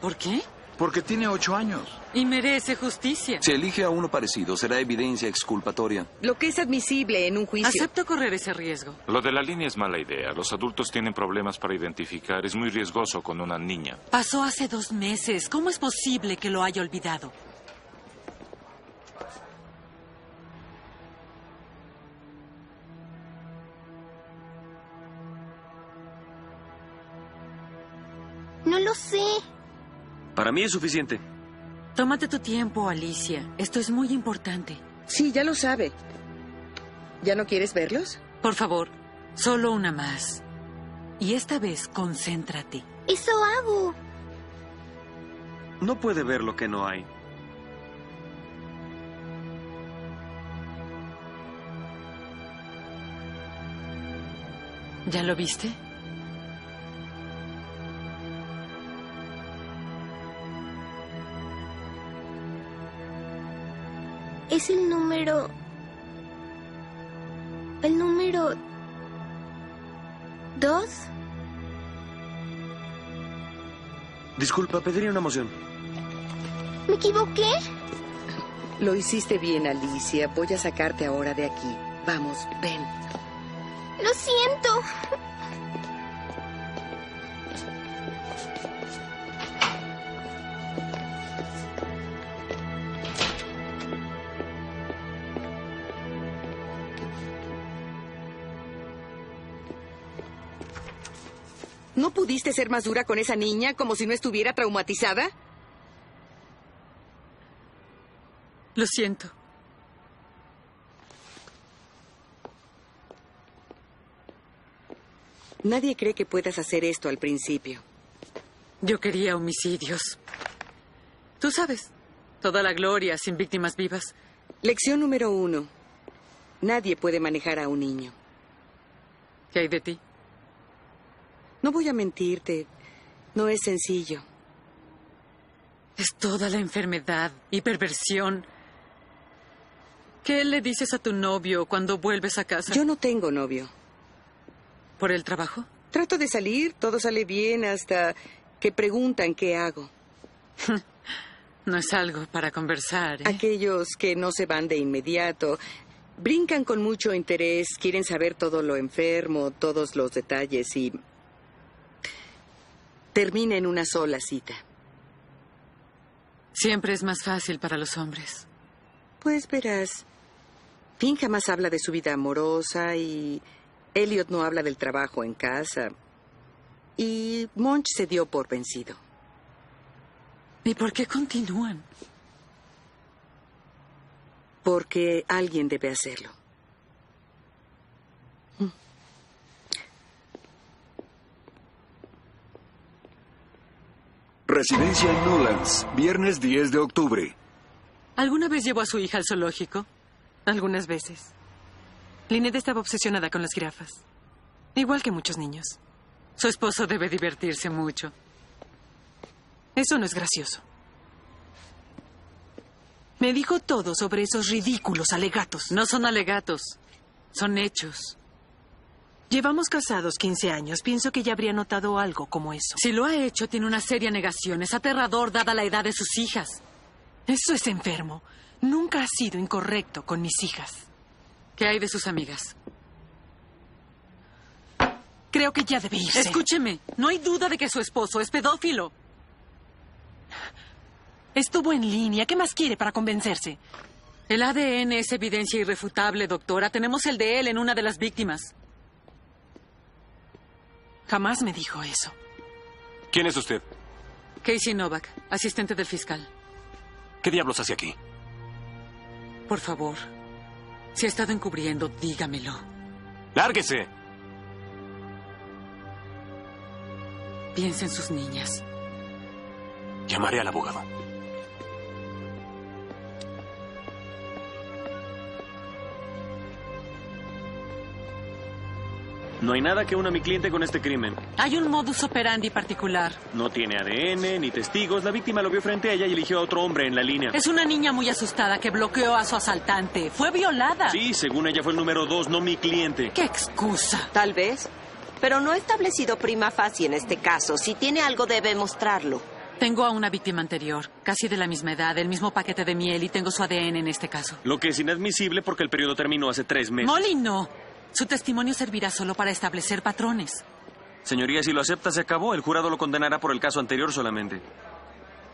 [SPEAKER 18] ¿Por qué?
[SPEAKER 23] Porque tiene ocho años.
[SPEAKER 18] Y merece justicia.
[SPEAKER 6] Si elige a uno parecido, será evidencia exculpatoria.
[SPEAKER 7] Lo que es admisible en un juicio.
[SPEAKER 18] Acepto correr ese riesgo.
[SPEAKER 8] Lo de la línea es mala idea. Los adultos tienen problemas para identificar. Es muy riesgoso con una niña.
[SPEAKER 18] Pasó hace dos meses. ¿Cómo es posible que lo haya olvidado?
[SPEAKER 24] No lo sé.
[SPEAKER 16] Para mí es suficiente.
[SPEAKER 18] Tómate tu tiempo, Alicia. Esto es muy importante.
[SPEAKER 7] Sí, ya lo sabe. Ah, ¿Ya no quieres verlos?
[SPEAKER 18] Por favor, solo una más. Y esta vez, concéntrate.
[SPEAKER 24] Eso hago.
[SPEAKER 16] No puede ver lo que no hay.
[SPEAKER 18] ¿Ya lo viste?
[SPEAKER 24] Es el número... El número... ¿Dos?
[SPEAKER 16] Disculpa, pediría una moción.
[SPEAKER 24] ¿Me equivoqué?
[SPEAKER 7] Lo hiciste bien, Alicia. Voy a sacarte ahora de aquí. Vamos, ven.
[SPEAKER 24] Lo siento.
[SPEAKER 7] ¿No pudiste ser más dura con esa niña como si no estuviera traumatizada?
[SPEAKER 18] Lo siento.
[SPEAKER 7] Nadie cree que puedas hacer esto al principio.
[SPEAKER 18] Yo quería homicidios. Tú sabes, toda la gloria sin víctimas vivas.
[SPEAKER 7] Lección número uno. Nadie puede manejar a un niño.
[SPEAKER 18] ¿Qué hay de ti?
[SPEAKER 7] No voy a mentirte. No es sencillo.
[SPEAKER 18] Es toda la enfermedad y perversión. ¿Qué le dices a tu novio cuando vuelves a casa?
[SPEAKER 7] Yo no tengo novio.
[SPEAKER 18] ¿Por el trabajo?
[SPEAKER 7] Trato de salir, todo sale bien hasta que preguntan qué hago.
[SPEAKER 18] no es algo para conversar. ¿eh?
[SPEAKER 7] Aquellos que no se van de inmediato, brincan con mucho interés, quieren saber todo lo enfermo, todos los detalles y termina en una sola cita.
[SPEAKER 18] Siempre es más fácil para los hombres.
[SPEAKER 7] Pues verás, Finn jamás habla de su vida amorosa y Elliot no habla del trabajo en casa. Y Monch se dio por vencido.
[SPEAKER 18] ¿Y por qué continúan?
[SPEAKER 7] Porque alguien debe hacerlo.
[SPEAKER 1] Residencia en Nolans, viernes 10 de octubre.
[SPEAKER 18] ¿Alguna vez llevó a su hija al zoológico?
[SPEAKER 2] Algunas veces. Linet estaba obsesionada con las jirafas. Igual que muchos niños.
[SPEAKER 18] Su esposo debe divertirse mucho.
[SPEAKER 2] Eso no es gracioso. Me dijo todo sobre esos ridículos alegatos.
[SPEAKER 18] No son alegatos, son hechos.
[SPEAKER 2] Llevamos casados 15 años. Pienso que ya habría notado algo como eso.
[SPEAKER 18] Si lo ha hecho, tiene una seria negación. Es aterrador dada la edad de sus hijas.
[SPEAKER 2] Eso es enfermo. Nunca ha sido incorrecto con mis hijas.
[SPEAKER 18] ¿Qué hay de sus amigas?
[SPEAKER 2] Creo que ya debe irse.
[SPEAKER 18] Escúcheme, no hay duda de que su esposo es pedófilo.
[SPEAKER 2] Estuvo en línea. ¿Qué más quiere para convencerse?
[SPEAKER 18] El ADN es evidencia irrefutable, doctora. Tenemos el de él en una de las víctimas.
[SPEAKER 2] Jamás me dijo eso.
[SPEAKER 20] ¿Quién es usted?
[SPEAKER 18] Casey Novak, asistente del fiscal.
[SPEAKER 20] ¿Qué diablos hace aquí?
[SPEAKER 18] Por favor, si ha estado encubriendo, dígamelo.
[SPEAKER 20] ¡Lárguese!
[SPEAKER 18] Piensa en sus niñas.
[SPEAKER 20] Llamaré al abogado.
[SPEAKER 16] No hay nada que una a mi cliente con este crimen.
[SPEAKER 18] Hay un modus operandi particular.
[SPEAKER 16] No tiene ADN ni testigos. La víctima lo vio frente a ella y eligió a otro hombre en la línea.
[SPEAKER 18] Es una niña muy asustada que bloqueó a su asaltante. Fue violada.
[SPEAKER 16] Sí, según ella fue el número dos, no mi cliente.
[SPEAKER 18] ¿Qué excusa?
[SPEAKER 19] Tal vez. Pero no he establecido prima facie en este caso. Si tiene algo debe mostrarlo.
[SPEAKER 18] Tengo a una víctima anterior, casi de la misma edad, el mismo paquete de miel y tengo su ADN en este caso.
[SPEAKER 16] Lo que es inadmisible porque el periodo terminó hace tres meses.
[SPEAKER 18] Molly, no. Su testimonio servirá solo para establecer patrones.
[SPEAKER 16] Señoría, si lo acepta, se acabó. El jurado lo condenará por el caso anterior solamente.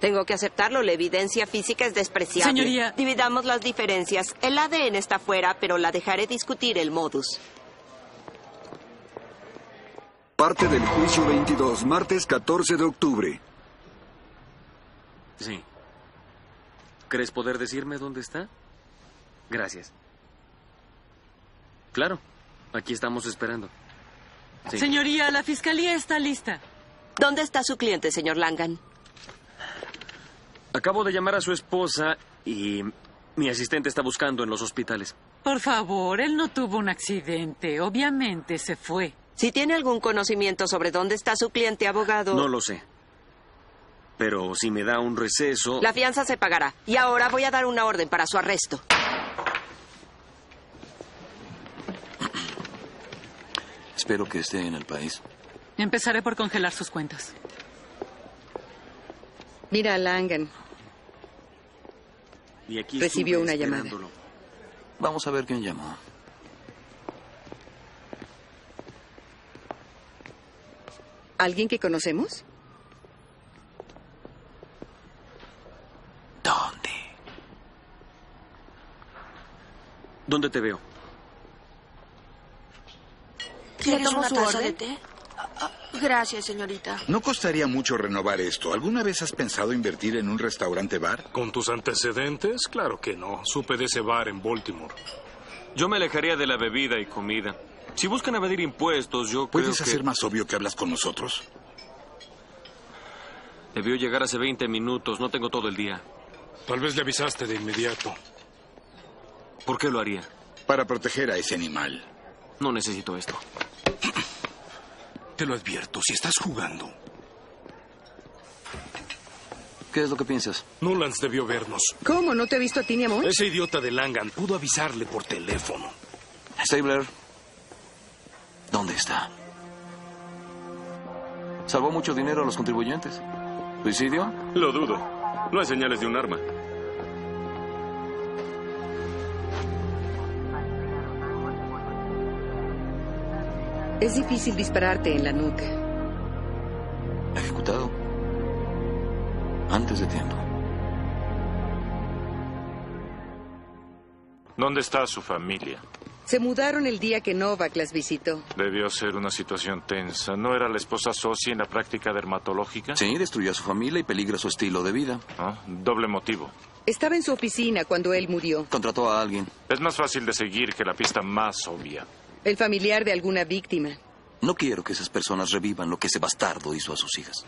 [SPEAKER 19] Tengo que aceptarlo. La evidencia física es despreciable.
[SPEAKER 18] Señoría.
[SPEAKER 19] Dividamos las diferencias. El ADN está fuera, pero la dejaré discutir el modus.
[SPEAKER 1] Parte del juicio 22, martes 14 de octubre.
[SPEAKER 22] Sí. ¿Crees poder decirme dónde está? Gracias. Claro, aquí estamos esperando. Sí.
[SPEAKER 18] Señoría, la fiscalía está lista.
[SPEAKER 19] ¿Dónde está su cliente, señor Langan?
[SPEAKER 22] Acabo de llamar a su esposa y mi asistente está buscando en los hospitales.
[SPEAKER 18] Por favor, él no tuvo un accidente. Obviamente se fue.
[SPEAKER 19] Si tiene algún conocimiento sobre dónde está su cliente, abogado.
[SPEAKER 22] No lo sé. Pero si me da un receso...
[SPEAKER 19] La fianza se pagará. Y ahora voy a dar una orden para su arresto.
[SPEAKER 6] Espero que esté en el país.
[SPEAKER 18] Empezaré por congelar sus cuentas.
[SPEAKER 7] Mira, Langan,
[SPEAKER 22] Y aquí
[SPEAKER 7] Recibió
[SPEAKER 22] estuve
[SPEAKER 7] una llamada.
[SPEAKER 22] esperándolo.
[SPEAKER 6] Vamos a ver quién llamó.
[SPEAKER 7] ¿alguien que conocemos?
[SPEAKER 6] ¿Dónde?
[SPEAKER 22] ¿Dónde te veo?
[SPEAKER 25] ¿Quieres
[SPEAKER 24] tomo
[SPEAKER 25] una
[SPEAKER 24] su
[SPEAKER 25] taza de
[SPEAKER 24] orden?
[SPEAKER 25] té? Gracias, señorita.
[SPEAKER 10] No costaría mucho renovar esto. ¿Alguna vez has pensado invertir en un restaurante bar?
[SPEAKER 11] ¿Con tus antecedentes? Claro que no. Supe de ese bar en Baltimore.
[SPEAKER 20] Yo me alejaría de la bebida y comida. Si buscan evadir impuestos, yo creo
[SPEAKER 10] ¿Puedes
[SPEAKER 20] que...
[SPEAKER 10] hacer más obvio que hablas con nosotros?
[SPEAKER 20] Debió llegar hace 20 minutos. No tengo todo el día.
[SPEAKER 11] Tal vez le avisaste de inmediato.
[SPEAKER 20] ¿Por qué lo haría?
[SPEAKER 10] Para proteger a ese animal.
[SPEAKER 20] No necesito esto.
[SPEAKER 10] Te lo advierto, si estás jugando.
[SPEAKER 6] ¿Qué es lo que piensas?
[SPEAKER 11] Nolans debió vernos.
[SPEAKER 7] ¿Cómo? ¿No te he visto a ti ni a Monch?
[SPEAKER 11] Ese idiota de Langan pudo avisarle por teléfono.
[SPEAKER 6] Stabler, ¿dónde está? ¿Salvó mucho dinero a los contribuyentes? ¿Suicidio?
[SPEAKER 8] Lo dudo. No hay señales de un arma.
[SPEAKER 7] Es difícil dispararte en la nuca.
[SPEAKER 6] Ejecutado. Antes de tiempo.
[SPEAKER 8] ¿Dónde está su familia?
[SPEAKER 7] Se mudaron el día que Novak las visitó.
[SPEAKER 8] Debió ser una situación tensa. ¿No era la esposa Sosi en la práctica dermatológica? Ah,
[SPEAKER 6] Sí, destruyó a su familia y peligra su estilo de vida.
[SPEAKER 8] doble motivo.
[SPEAKER 7] Estaba en su oficina cuando él murió.
[SPEAKER 6] Contrató a alguien.
[SPEAKER 8] Es más fácil de seguir que la pista más obvia.
[SPEAKER 7] El familiar de alguna víctima.
[SPEAKER 6] No quiero que esas personas revivan lo que ese bastardo hizo a sus hijas.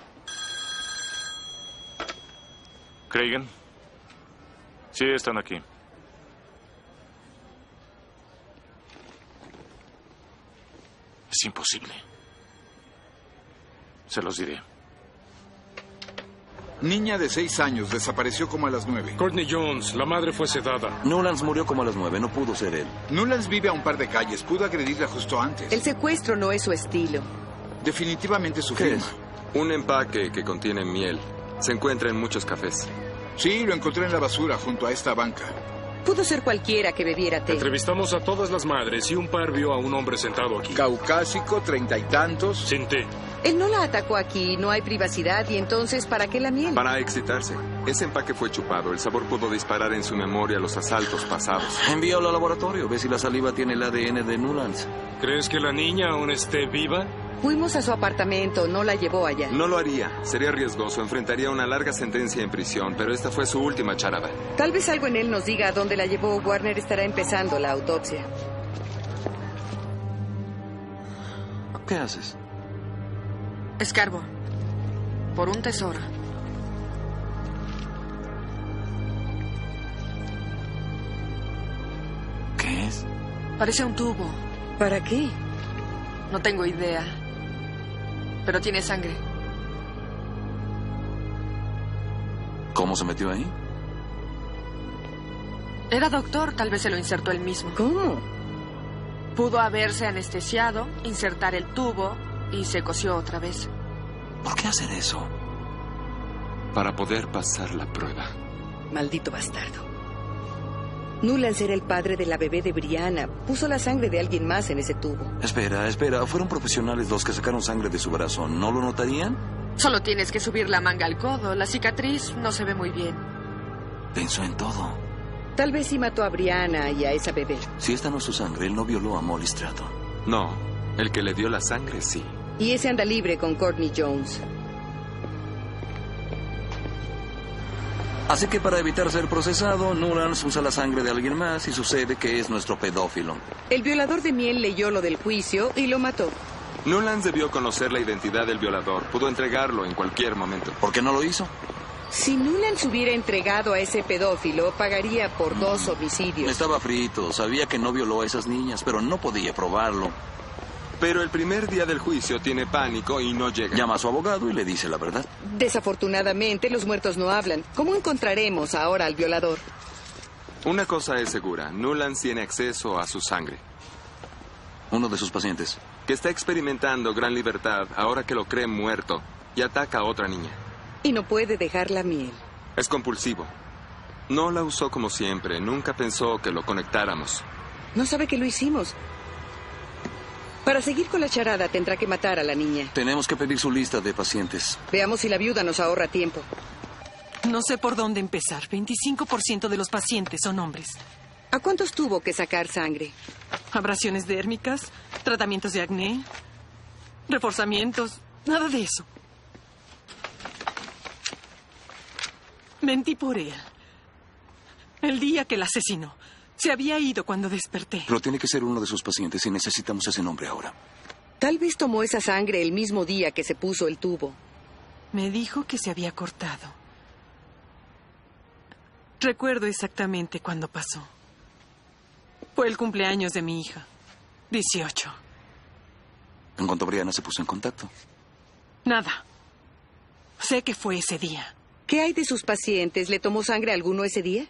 [SPEAKER 8] Cragen. Sí, están aquí. Es imposible. Se los diré.
[SPEAKER 10] Niña de seis años desapareció como a las nueve.
[SPEAKER 11] Courtney Jones, la madre fue sedada.
[SPEAKER 6] Nolans murió como a las nueve, no pudo ser él.
[SPEAKER 10] Nulans vive a un par de calles, pudo agredirla justo antes.
[SPEAKER 7] El secuestro no es su estilo.
[SPEAKER 10] Definitivamente su
[SPEAKER 26] ¿Qué
[SPEAKER 10] firma.
[SPEAKER 26] es? Un empaque que contiene miel. Se encuentra en muchos cafés.
[SPEAKER 10] Sí, lo encontré en la basura junto a esta banca.
[SPEAKER 7] Pudo ser cualquiera que bebiera té.
[SPEAKER 11] Entrevistamos a todas las madres y un par vio a un hombre sentado aquí.
[SPEAKER 10] Caucásico, treinta y tantos.
[SPEAKER 11] Sin té.
[SPEAKER 7] Él no la atacó aquí, no hay privacidad y entonces ¿para qué la miel?
[SPEAKER 26] Para excitarse. Ese empaque fue chupado. El sabor pudo disparar en su memoria los asaltos pasados.
[SPEAKER 6] Envíalo al laboratorio, ve si la saliva tiene el ADN de Nulans.
[SPEAKER 11] ¿Crees que la niña aún esté viva?
[SPEAKER 7] Fuimos a su apartamento, no la llevó allá.
[SPEAKER 26] No lo haría. Sería riesgoso. Enfrentaría una larga sentencia en prisión, pero esta fue su última charada.
[SPEAKER 7] Tal vez algo en él nos diga a dónde la llevó. Warner estará empezando la autopsia.
[SPEAKER 6] ¿Qué haces?
[SPEAKER 12] Escarbo. Por un tesoro.
[SPEAKER 6] ¿Qué es?
[SPEAKER 12] Parece un tubo.
[SPEAKER 7] ¿Para qué?
[SPEAKER 12] No tengo idea. Pero tiene sangre.
[SPEAKER 6] ¿Cómo se metió ahí?
[SPEAKER 12] Era doctor, tal vez se lo insertó él mismo.
[SPEAKER 7] ¿Cómo?
[SPEAKER 12] Pudo haberse anestesiado, insertar el tubo y se cosió otra vez.
[SPEAKER 6] ¿Por qué hacen eso?
[SPEAKER 26] Para poder pasar la prueba.
[SPEAKER 7] Maldito bastardo. Nulans era el padre de la bebé de Brianna. Puso la sangre de alguien más en ese tubo.
[SPEAKER 6] Espera, espera. Fueron profesionales los que sacaron sangre de su brazo. ¿No lo notarían?
[SPEAKER 12] Solo tienes que subir la manga al codo. La cicatriz no se ve muy bien.
[SPEAKER 6] Pensó en todo.
[SPEAKER 7] Tal vez sí mató a Brianna y a esa bebé.
[SPEAKER 6] Si esta no es su sangre, él no violó a Molly Stratton.
[SPEAKER 26] No, el que le dio la sangre sí.
[SPEAKER 7] Y ese anda libre con Courtney Jones.
[SPEAKER 6] Así que para evitar ser procesado, Nurans usa la sangre de alguien más y sucede que es nuestro pedófilo.
[SPEAKER 7] El violador de miel leyó lo del juicio y lo mató.
[SPEAKER 26] Nolan debió conocer la identidad del violador. Pudo entregarlo en cualquier momento.
[SPEAKER 6] ¿Por qué no lo hizo?
[SPEAKER 7] Si Nuland se hubiera entregado a ese pedófilo, pagaría por dos homicidios.
[SPEAKER 6] Estaba frito, sabía que no violó a esas niñas, pero no podía probarlo.
[SPEAKER 26] Pero el primer día del juicio tiene pánico y no llega.
[SPEAKER 6] Llama a su abogado y le dice la verdad.
[SPEAKER 7] Desafortunadamente, los muertos no hablan. ¿Cómo encontraremos ahora al violador?
[SPEAKER 26] Una cosa es segura, Nuland tiene acceso a su sangre.
[SPEAKER 6] Uno de sus pacientes.
[SPEAKER 26] Que está experimentando gran libertad ahora que lo cree muerto y ataca a otra niña.
[SPEAKER 7] Y no puede dejar la miel.
[SPEAKER 26] Es compulsivo. No la usó como siempre, nunca pensó que lo conectáramos.
[SPEAKER 7] No sabe que lo hicimos. Para seguir con la charada tendrá que matar a la niña.
[SPEAKER 6] Tenemos que pedir su lista de pacientes.
[SPEAKER 7] Veamos si la viuda nos ahorra tiempo.
[SPEAKER 18] No sé por dónde empezar. 25% de los pacientes son hombres.
[SPEAKER 7] ¿A cuántos tuvo que sacar sangre?
[SPEAKER 18] Abrasiones dérmicas, tratamientos de acné, reforzamientos, nada de eso. Mentí por él. El día que la asesinó. Se había ido cuando desperté.
[SPEAKER 6] Pero tiene que ser uno de sus pacientes y necesitamos ese nombre ahora.
[SPEAKER 7] Tal vez tomó esa sangre el mismo día que se puso el tubo.
[SPEAKER 18] Me dijo que se había cortado. Recuerdo exactamente cuándo pasó. Fue el cumpleaños de mi hija. 18.
[SPEAKER 6] En cuanto Brianna se puso en contacto.
[SPEAKER 18] Nada. Sé que fue ese día.
[SPEAKER 7] ¿Qué hay de sus pacientes? ¿Le tomó sangre a alguno ese día?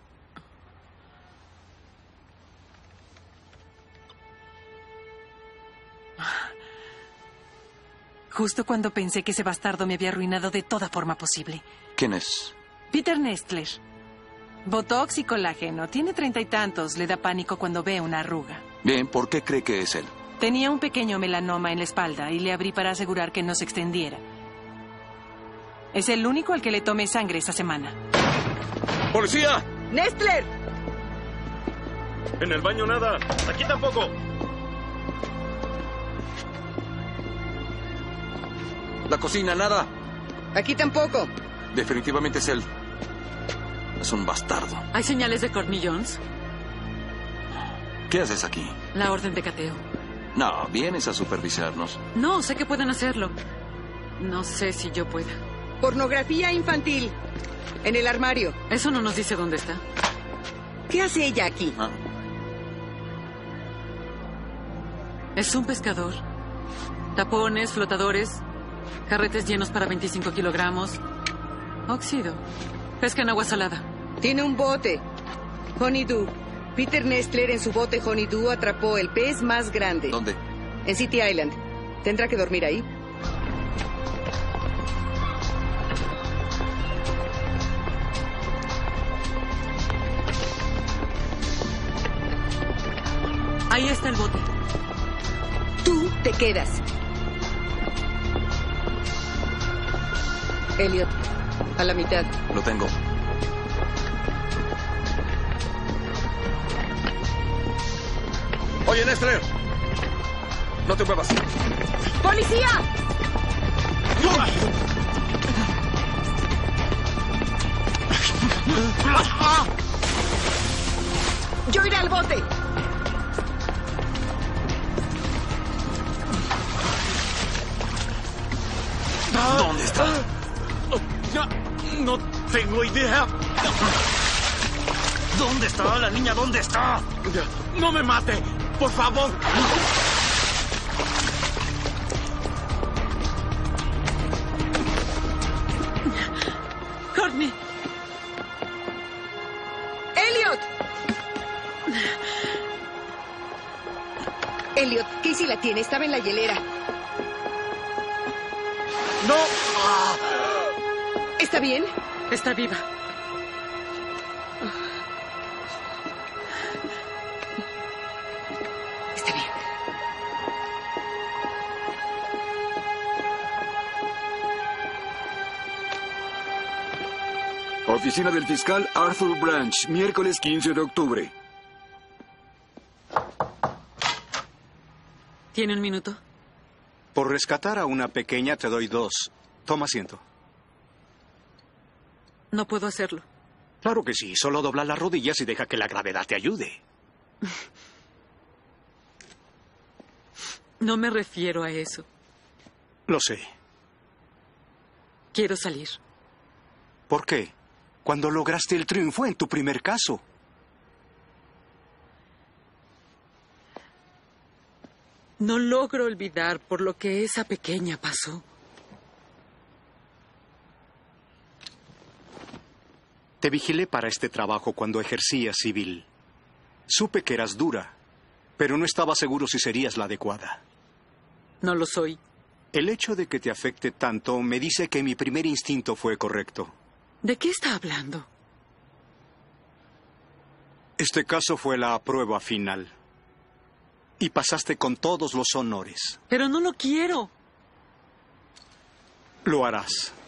[SPEAKER 18] Justo cuando pensé que ese bastardo me había arruinado de toda forma posible.
[SPEAKER 6] ¿Quién es?
[SPEAKER 18] Peter Nestler. Botox y colágeno. Tiene treinta y tantos. Le da pánico cuando ve una arruga.
[SPEAKER 6] Bien, ¿por qué cree que es él?
[SPEAKER 18] Tenía un pequeño melanoma en la espalda y le abrí para asegurar que no se extendiera. Es el único al que le tomé sangre esa semana.
[SPEAKER 8] ¡Policía!
[SPEAKER 7] ¡Nestler!
[SPEAKER 15] En el baño nada. Aquí tampoco.
[SPEAKER 6] La cocina, nada.
[SPEAKER 7] Aquí tampoco.
[SPEAKER 6] Definitivamente es él. Es un bastardo.
[SPEAKER 27] ¿Hay señales de Courtney Jones?
[SPEAKER 6] ¿Qué haces aquí?
[SPEAKER 27] La orden de cateo.
[SPEAKER 6] No, vienes a supervisarnos.
[SPEAKER 27] No, sé que pueden hacerlo. No sé si yo pueda.
[SPEAKER 7] Pornografía infantil. En el armario.
[SPEAKER 27] Eso no nos dice dónde está.
[SPEAKER 7] ¿Qué hace ella aquí?
[SPEAKER 6] Ah.
[SPEAKER 27] Es un pescador. Tapones, flotadores, Carretes llenos para 25 kilogramos. Óxido. Pesca en agua salada.
[SPEAKER 7] Tiene un bote. Honeydew. Peter Nestler en su bote Honeydew atrapó el pez más grande.
[SPEAKER 6] ¿Dónde?
[SPEAKER 7] En City Island. ¿Tendrá que dormir ahí?
[SPEAKER 27] Ahí está el bote.
[SPEAKER 7] Tú te quedas. Elliot, a la mitad.
[SPEAKER 6] Lo tengo.
[SPEAKER 8] Oye, Nestler. No te muevas.
[SPEAKER 12] ¡Policía!
[SPEAKER 7] Yo iré al bote.
[SPEAKER 6] ¿Dónde está?
[SPEAKER 15] No, no tengo idea.
[SPEAKER 6] ¿Dónde está la niña? ¿Dónde está?
[SPEAKER 15] No me mate, por favor.
[SPEAKER 27] Courtney.
[SPEAKER 7] Elliot. Elliot, Casey la tiene, estaba en la hielera.
[SPEAKER 15] No.
[SPEAKER 7] ¿Está bien?
[SPEAKER 27] Está viva.
[SPEAKER 7] Está bien.
[SPEAKER 1] Oficina del fiscal Arthur Branch, miércoles 15 de octubre.
[SPEAKER 27] ¿Tiene un minuto? Por rescatar a una pequeña te doy dos. Toma asiento.
[SPEAKER 18] No puedo hacerlo.
[SPEAKER 27] Claro que sí, solo dobla las rodillas y deja que la gravedad te ayude.
[SPEAKER 18] No me refiero a eso.
[SPEAKER 27] Lo sé.
[SPEAKER 18] Quiero salir.
[SPEAKER 27] ¿Por qué? Cuando lograste el triunfo en tu primer caso.
[SPEAKER 18] No logro olvidar por lo que esa pequeña pasó.
[SPEAKER 27] Te vigilé para este trabajo cuando ejercía civil. Supe que eras dura, pero no estaba seguro si serías la adecuada.
[SPEAKER 18] No lo soy.
[SPEAKER 27] El hecho de que te afecte tanto me dice que mi primer instinto fue correcto.
[SPEAKER 18] ¿De qué está hablando?
[SPEAKER 27] Este caso fue la prueba final. Y pasaste con todos los honores.
[SPEAKER 18] Pero no lo quiero.
[SPEAKER 27] Lo harás.